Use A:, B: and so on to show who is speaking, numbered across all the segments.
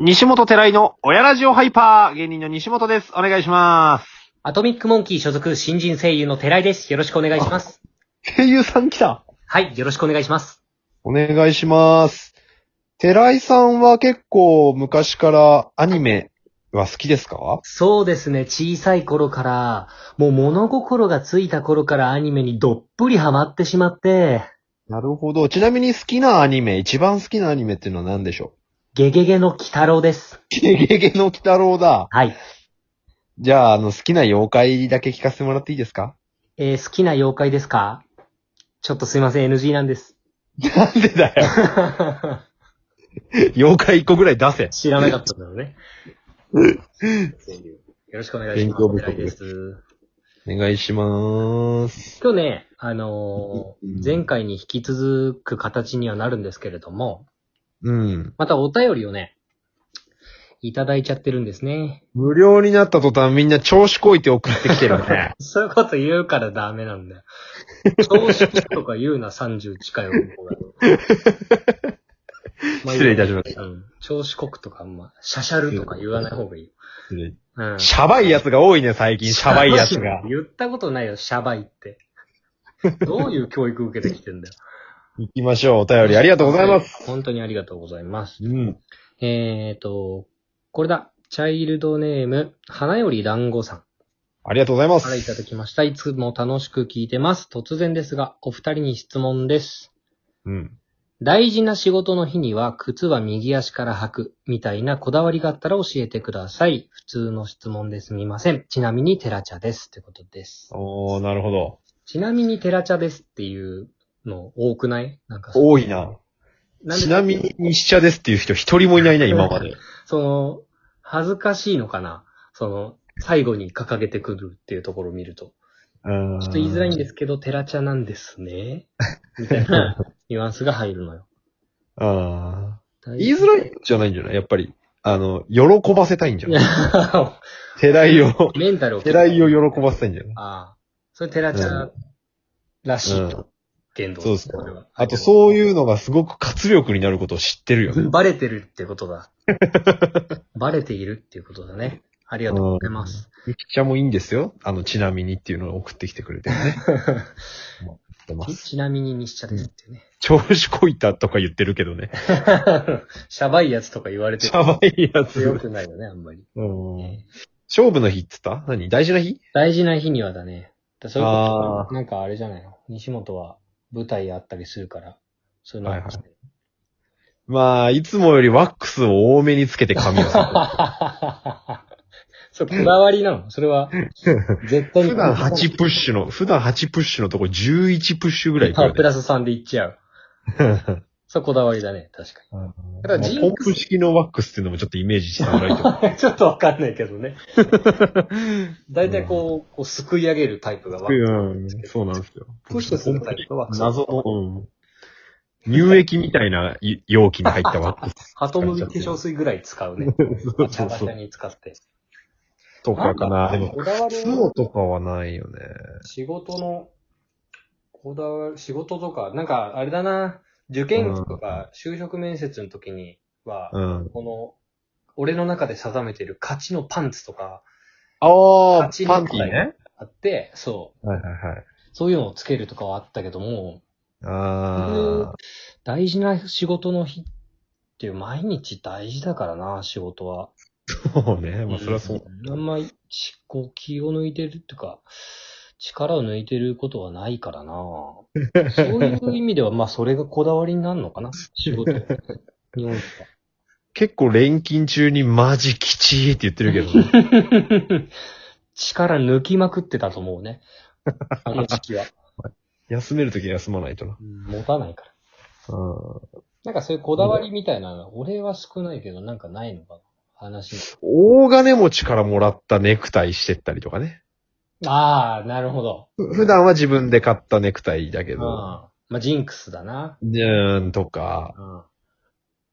A: 西本寺井の親ラジオハイパー、芸人の西本です。お願いします。
B: アトミックモンキー所属新人声優の寺井です。よろしくお願いします。
A: 声優さん来た。
B: はい、よろしくお願いします。
A: お願いします。寺井さんは結構昔からアニメは好きですか
B: そうですね、小さい頃から、もう物心がついた頃からアニメにどっぷりハマってしまって、
A: なるほど。ちなみに好きなアニメ、一番好きなアニメっていうのは何でしょ
B: ゲゲゲの鬼太郎です
A: う。ゲゲゲの鬼太郎だ。
B: はい。
A: じゃあ、あの、好きな妖怪だけ聞かせてもらっていいですか
B: えー好きな妖怪ですかちょっとすいません、NG なんです。
A: なんでだよ。 妖怪一個ぐらい出せ。
B: 知らなかったんだろうね。声優よろしくお願いしま
A: 勉強不
B: す。寺
A: 足
B: 井
A: で
B: ですす。
A: お願いします。
B: 今日ね、あのー
A: うん
B: 前回に引き続く形にはなるんですけれども、
A: うん。
B: またお便りをね、いただいちゃってるんですね。
A: 無料になった途端みんな調子こいて送ってきてる ね。
B: そういうこと言うからダメなんだよ。調子とか言うな、30近い男が。
A: 失礼いたしま
B: した。うん。調子国とか、あんま、シャシャルとか言わない方がいいよ。うん。
A: シャバいやつが多いね、最近。シャバいやつが。
B: 言ったことないよ、シャバいって。どういう教育受けてきてんだよ。
A: 行きましょう。お便りありがとうございます。
B: す。本当にありがとうございます。
A: うん。
B: えーと、これだ。チャイルドネーム、花より団子さん。
A: ありがとうございま
B: からい
A: す。
B: ただきました。いつも楽しく聞いてます。突然ですが、お二人に質問です。
A: うん。
B: 大事な仕事の日には、靴は右足から履く、みたいなこだわりがあったら教えてください。普通の質問ですみません。ちなみに、テラチャです。ってことです。
A: おー、なるほど。
B: ちなみに、テラチャですっていうの多くないなんか、
A: 多いな。
B: なんで
A: ちなみに、日茶ですっていう人一人もいないね、今まで。
B: その、恥ずかしいのかなその、最後に掲げてくるっていうところを見ると。
A: うん
B: ちょっと言いづらいんですけど、テラチャなんで すね。みたいなニュアンスが入るのよ。
A: あー
B: 言
A: 言いづらいんじゃないんじゃないやっぱり。あの、喜ばせたいんじゃない
B: い
A: 寺井を、
B: メンタ ルを。
A: 寺井を喜ばせたいんじゃない
B: ああ。それテラチャらしい
A: うん
B: 言動。
A: そうですね
B: これは。
A: あと、そういううのがすごく活力になることを知ってるよね。
B: バレてるってこと だ。バレているっていうことだね。ありがとうございます。
A: 日茶もいいんですよ。あの、ちなみにっていうのを送ってきてくれてる ね。知ってま
B: ち
A: す
B: ちなみに日茶ですっ ていうね。
A: 調子こいたとか言ってるけどね。
B: シャバいやつとか言われ て
A: やばいやつ。
B: 強くないよね、あんまり。
A: うん勝負の日っつった何大事な日
B: 大事な日にはだね。だそういうこ
A: あ
B: となんかあれじゃないの西本は舞台あったりするから、そういうのあるしね
A: まあ、いつもよりワックスを多めにつけて髪をする。
B: そう、こだわりなのそれは、絶 対に。
A: 普段8プッシュの、普段8プッシュのとこ11プッシュぐらいいく
B: あ
A: よ
B: プ
A: ね。
B: ラス3でいっちゃう。そう、こだわりだね。確か
A: うん
B: ただジーン
A: まあポンプ式のワックスっていうのもちょっとイメージしてもらえると。
B: に。ちょっとわかんないけ どね。だいたいこう、こう、すくい上げるタイプが ワック
A: うん、そうなんですよ。
B: ス。プッシュするタイプがワックス。
A: 謎の、うん乳液みたいな容器に入ったワックス
B: 鳩麦化粧水ぐらい使 うね。
A: う
B: ガチャガチャに使って。
A: とかかな。で
B: なん
A: も、
B: こだわりは
A: そうとかはないよね。
B: 仕事の、こだわり、仕事とか、なんか、あれだな、受験期とか、就職面接の時には、
A: うん。
B: この、俺の中で定めてる勝ちのパンツとか
A: ああ
B: 立、ち
A: パ
B: 入
A: ン
B: り
A: ティーね。
B: あって、そう、
A: はいはいはい。
B: そういうのをつけるとかはあったけども、
A: ああ、
B: 大事な仕事の日っていう、毎日大事だからな、仕事は。
A: そうね。まあ、それはそう。
B: んあんまり、こう、気を抜いてるっていうか、力を抜いてることはないからな。そういう意味では、まあ、それがこだわりになるのかな。仕事において
A: 結構錬金中にマジきちーって言ってるけどね。
B: は。力抜きまくってたと思うね。あの時期は。
A: 休めるとき休まないとな。
B: 持たないから。
A: うん
B: なんかそういうこだわりみたいなの、俺は少ないけど、なんかないのかな。話に。
A: 大金持ちからもらったネクタイしてったりとかね。
B: ああ、なるほど。
A: ふ普段は自分で買ったネクタイだけ
B: うん。
A: ど、
B: まあ、ジンクスだな。
A: じゃーんとか、
B: うん。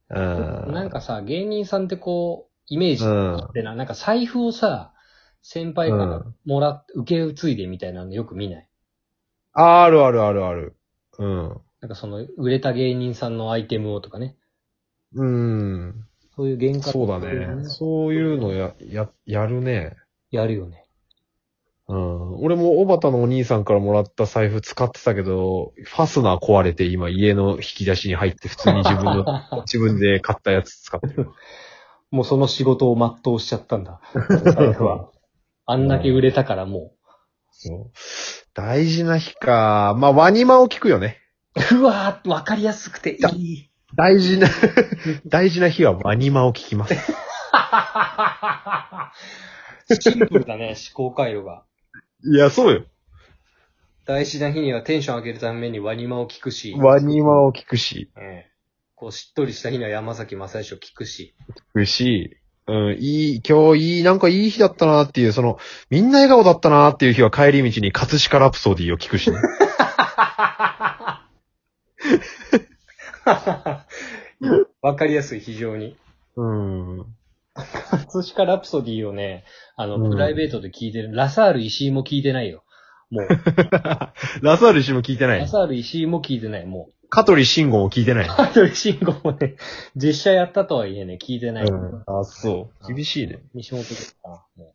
A: う
B: なん
A: ん。
B: かさ、芸人さんってこう、イメージってな、なんか財布をさ、先輩か
A: う
B: らもらっ、受け継いでみたいなのよく見ない。
A: あるあるあるある。うん。
B: なんかその、売れた芸人さんのアイテムをとかね。
A: うん。
B: そういう原価
A: そうだね。そういうのや、や、やるね。
B: やるよね。
A: うん。俺も小畑のお兄さんからもらった財布使ってたけど、ファスナー壊れて今家の引き出しに入って普通に自分 の、自分で買ったやつ使ってる。
B: もうその仕事を全うしちゃったん だ。財布は。あんだけ売れたからも
A: そう。大事な日か。まあ、ワニマを聞くよね。
B: う。うわー、わかりやすくていい。
A: 大事な、 大事な日はワニマを聞きます。
B: シンプルだね、思考回路が。
A: いや、そうよ。
B: 大事な日にはテンション上げるためにワニマを聞くし。
A: ワニマを聞くし、
B: ええこう、しっとりした日には山崎正義を聞くし。
A: 聞くし、うん、いい、今日いい、なんかいい日だったなっていう、その、みんな笑顔だったなっていう日は帰り道に葛飾ラプソディを聞くしね。
B: わかりやすい、非常に。
A: うん。
B: 葛飾ラプソディをね、あの、
A: うん
B: プライベートで聞いてる、ラサール石井も聞いてないよ。もう、
A: ラサール氏も聞いてな
B: ラ
A: い。
B: サール石井も聞いてない、もう。
A: 香取慎吾も聞いてない。
B: ハートリ信号もね、実写やったとはいえね、聞いてない。
A: うん。あ、そう。厳しいね。
B: 西本ですかな。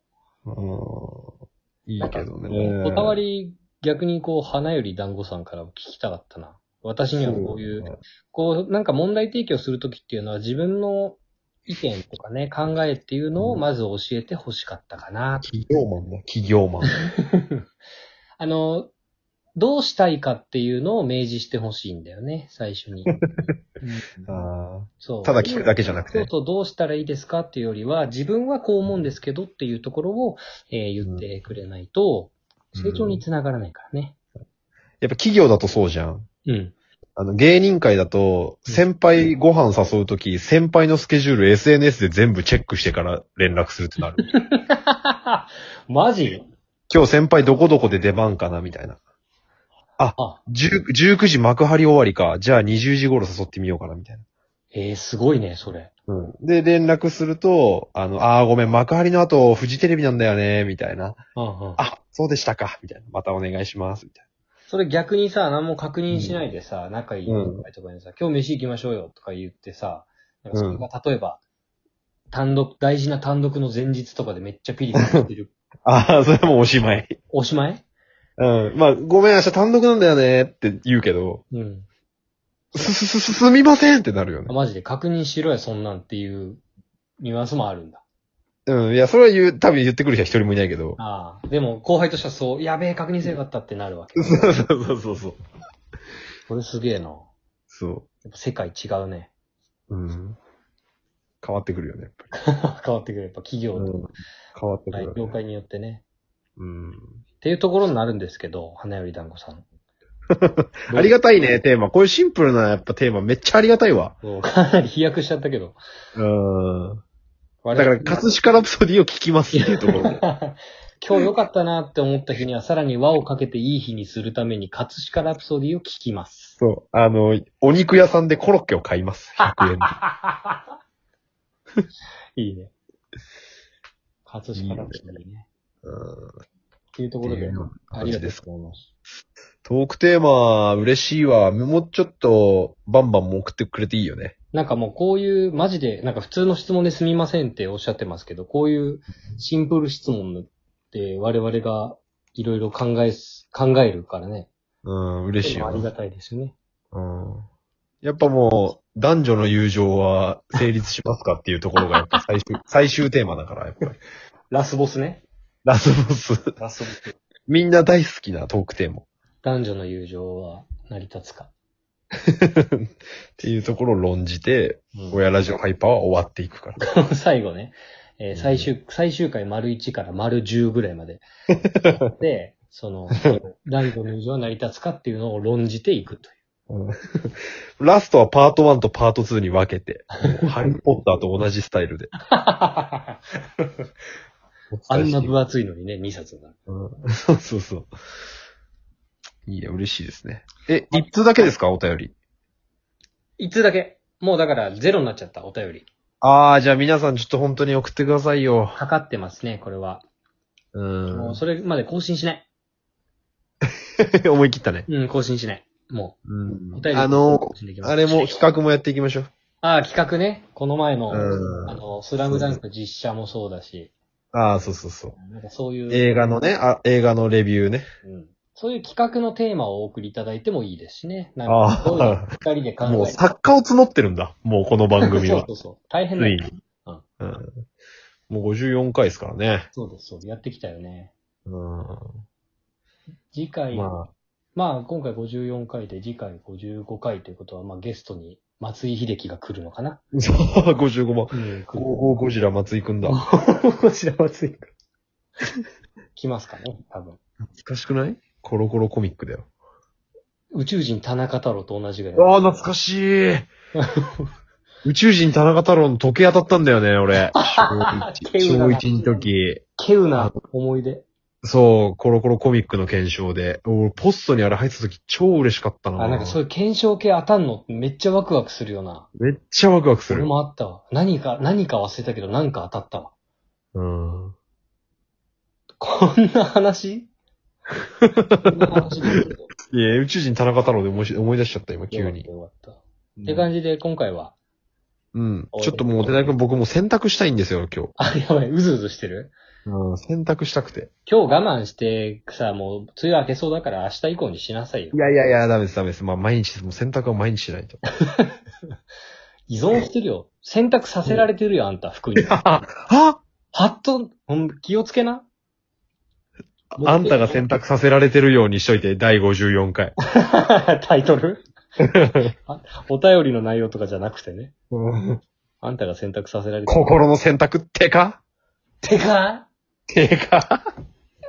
B: も
A: うん。いいけど
B: う
A: ね。
B: こだわり、逆にこう、花より団子さんから聞きたかったな。私にはこういう、こう、なんか問題提起をするときっていうのは自分の意見とかね、考えっていうのをまず教えて欲しかったかな。
A: 企業マンだ、企業マン。
B: あの、どうしたいかっていうのを明示してほしいんだよね、最 初に。うん
A: あ
B: そう
A: ただ聞くだけじゃなくて
B: そうそう、どうしたらいいですかっていうよりは、自分はこう思うんですけどっていうところを、えー言ってくれない
A: う
B: と、
A: ん
B: 成長につながらないからね。
A: やっぱ企業だとそうじゃん。
B: うん。
A: あの、芸人界だと、先輩ご飯誘うとき、先輩のスケジュール SNS で全部チェックしてから連絡するってな る。
B: マジ
A: 今日先輩どこどこで出番かなみたいな。
B: あ、
A: 10 19時幕張終わりか。じゃあ20時頃誘ってみようかなみたいな。
B: えー、すごいね、それ。
A: うん。で、連絡すると、あの、あーごめん、幕張の後、フジテレビなんだよね、みたいな。
B: うんうん。
A: あ、そうでしたか、みたいな。またお願いします、みたい
B: それ逆にさ、何も確認しないでさ、仲いい
A: うん
B: とかにさ、今日飯行きましょうよとか言ってさ、なん
A: う
B: か
A: ん
B: それが例えば、単独、大事な単独の前日とかでめっちゃピリピリし てる。
A: な。ああ、それはもうおしまい。
B: おしまい
A: うん。まあ、ごめん、明日単独なんだよね、って言うけど、
B: うん。
A: す、す、す、すすみませんってなるよね
B: あ。マジで確認しろや、そんなんっていうニュアンスもあるんだ。
A: うん。いや、それは言う、多分言ってくる人は一人もいないけど。
B: ああ。でも後輩としてはそう、やべえ、確認せよかったってなるわけ。
A: そうそうそうそうそう。
B: これすげえな。や
A: そ
B: っぱ世界違うね。
A: う。うん。変わってくるよね、やっぱり。
B: 変わってくる。やっぱ企業と
A: ん、変わってく
B: か、
A: る、ね。
B: 業界によってね。
A: うん。
B: っていうところになるんですけど、花より団子さん。
A: ありがたいね、テーマ。こういうシンプルなやっぱテーマめっちゃありがたいわ。
B: もうかなり飛躍しちゃったけど。
A: うん。
B: だ
A: だから、葛飾ラプソディを聞きますっていうところ。
B: 今日良かったなって思った日には、さらに輪をかけていい日にするために、葛飾ラプソディを聞き ます。
A: そう。あの、お肉屋さんでコロッケを買います。100円で。
B: いいね。葛飾ラプソディね。
A: うん。
B: っていうところ
A: ってい
B: で
A: うような、
B: あ
A: 感
B: りがとう
A: じです
B: ございます。
A: トークテーマ、嬉しいわ。もうちょっと、バンバンも送ってくれていいよね。
B: なんかもうこういう、マジで、なんか普通の質問ですみませんっておっしゃってますけど、こういうシンプル質問って我々がいろいろ考えす、考えるからね。
A: うん、嬉しい
B: でも
A: よ
B: あり。がたいですよね。
A: うんやっぱもう、男女の友情は成立しますかっていうところがやっぱ最終、 最終テーマだから、やっぱり。
B: ラスボスね。
A: ラスボス。
B: ラスボス。
A: みんな大好きなトークテーマ。っ
B: 男女の友情は成り立つか。
A: ていうところを論じて、
B: うん
A: 親ラジオハイパーは終わっていくから。
B: 最後ね、えー
A: うん
B: 最終、最終回丸1から丸10ぐらいま で。で、その、男女の友情は成り立つかっていうのを論じていく という。
A: ラストはパート1とパート2に分けて、もうハリーポッターと同じスタイルで。
B: あんな分厚いのにね、2冊になる。
A: うんそうそうそう。いや、嬉しいですね。え、一通だけですかお便り。
B: いつだけ。もうだからゼロになっちゃった、お便り。
A: あー、じゃあ皆さんちょっと本当に送ってくださいよ。
B: かかってますね、これは。
A: うん
B: もう。それまで更新しない。
A: 思い切ったね。
B: うん、更新しない。も
A: う
B: う、
A: ん
B: お便り。
A: あの、
B: 更新できます
A: あれも、企画もやっていきましょう。
B: ああ、企画ね。この前の、
A: うん
B: あの、スラムダンク実写もそうだし、
A: ああ、そうそうそう。
B: なんかそういう、
A: 映画のね、あ、映画のレビューね。
B: うん、そういう企画のテーマをお送りいただいてもいいですしね。なん
A: あ
B: か
A: あ、
B: どういうの二人で考えて。
A: もう作家を募ってるんだ。もうこの番組
B: そう
A: は。
B: そうそう。大変
A: つ
B: だ
A: い
B: よ。
A: に
B: うん。
A: うん。もう54回ですからね。
B: そうです、そうです。やってきたよね。
A: うん。
B: 次回、まあ、
A: ま
B: 今回54回で次回55回ということは、まあゲストに松井秀喜が来るのかな。
A: あ、そう、55万。
B: うん、来る。
A: ゴーゴーゴジラ松井くんだ。懐
B: こちら松井が。来ますかね、多分。
A: かしくないコロコロコミックだよ。
B: 宇宙人田中太郎と同じぐらい。
A: ああ、懐かし い。宇宙人田中太郎の時計当たったんだよね、俺。 小一小一の時。
B: 稀有な思い出。
A: そう、コロコロコミックの検証で。俺、ポストにあれ入ってた時超嬉しかったな。
B: あ、なんかそういう検証系当たんのめっちゃワクワクするよな。
A: めっちゃワクワクす
B: 俺
A: る。
B: もあったわ。何か、何か忘れたけど何か当たったわ。
A: うん。
B: こん な話こんな話ですけど
A: いや、宇宙人田中太郎で思いし思い出しちゃった、今、急に。
B: よかったよかった。って感じで今回は。
A: うん。ちょっともう、手田君僕もう洗濯したいんですよ、今
B: あ、やばい、うずうずしてる
A: 日。うん、洗濯したくて。
B: 今日我慢して、さ、もう、梅雨明けそうだから明日以降にしなさいよ
A: い。やいやいや、ダメです、ダメです。まあ、毎日です。もう洗濯は毎日しないと。
B: 依存してるよ。洗濯させられてるよ、あんた、服に。は
A: ああ
B: っと、ほん気をつけな。
A: あんたが洗濯させられてるようにしといて、第54回。
B: タイトル あお便りの内容とかじゃなくてね。あんたが選択させられてる。
A: 心の洗濯ってか
B: てか
A: てか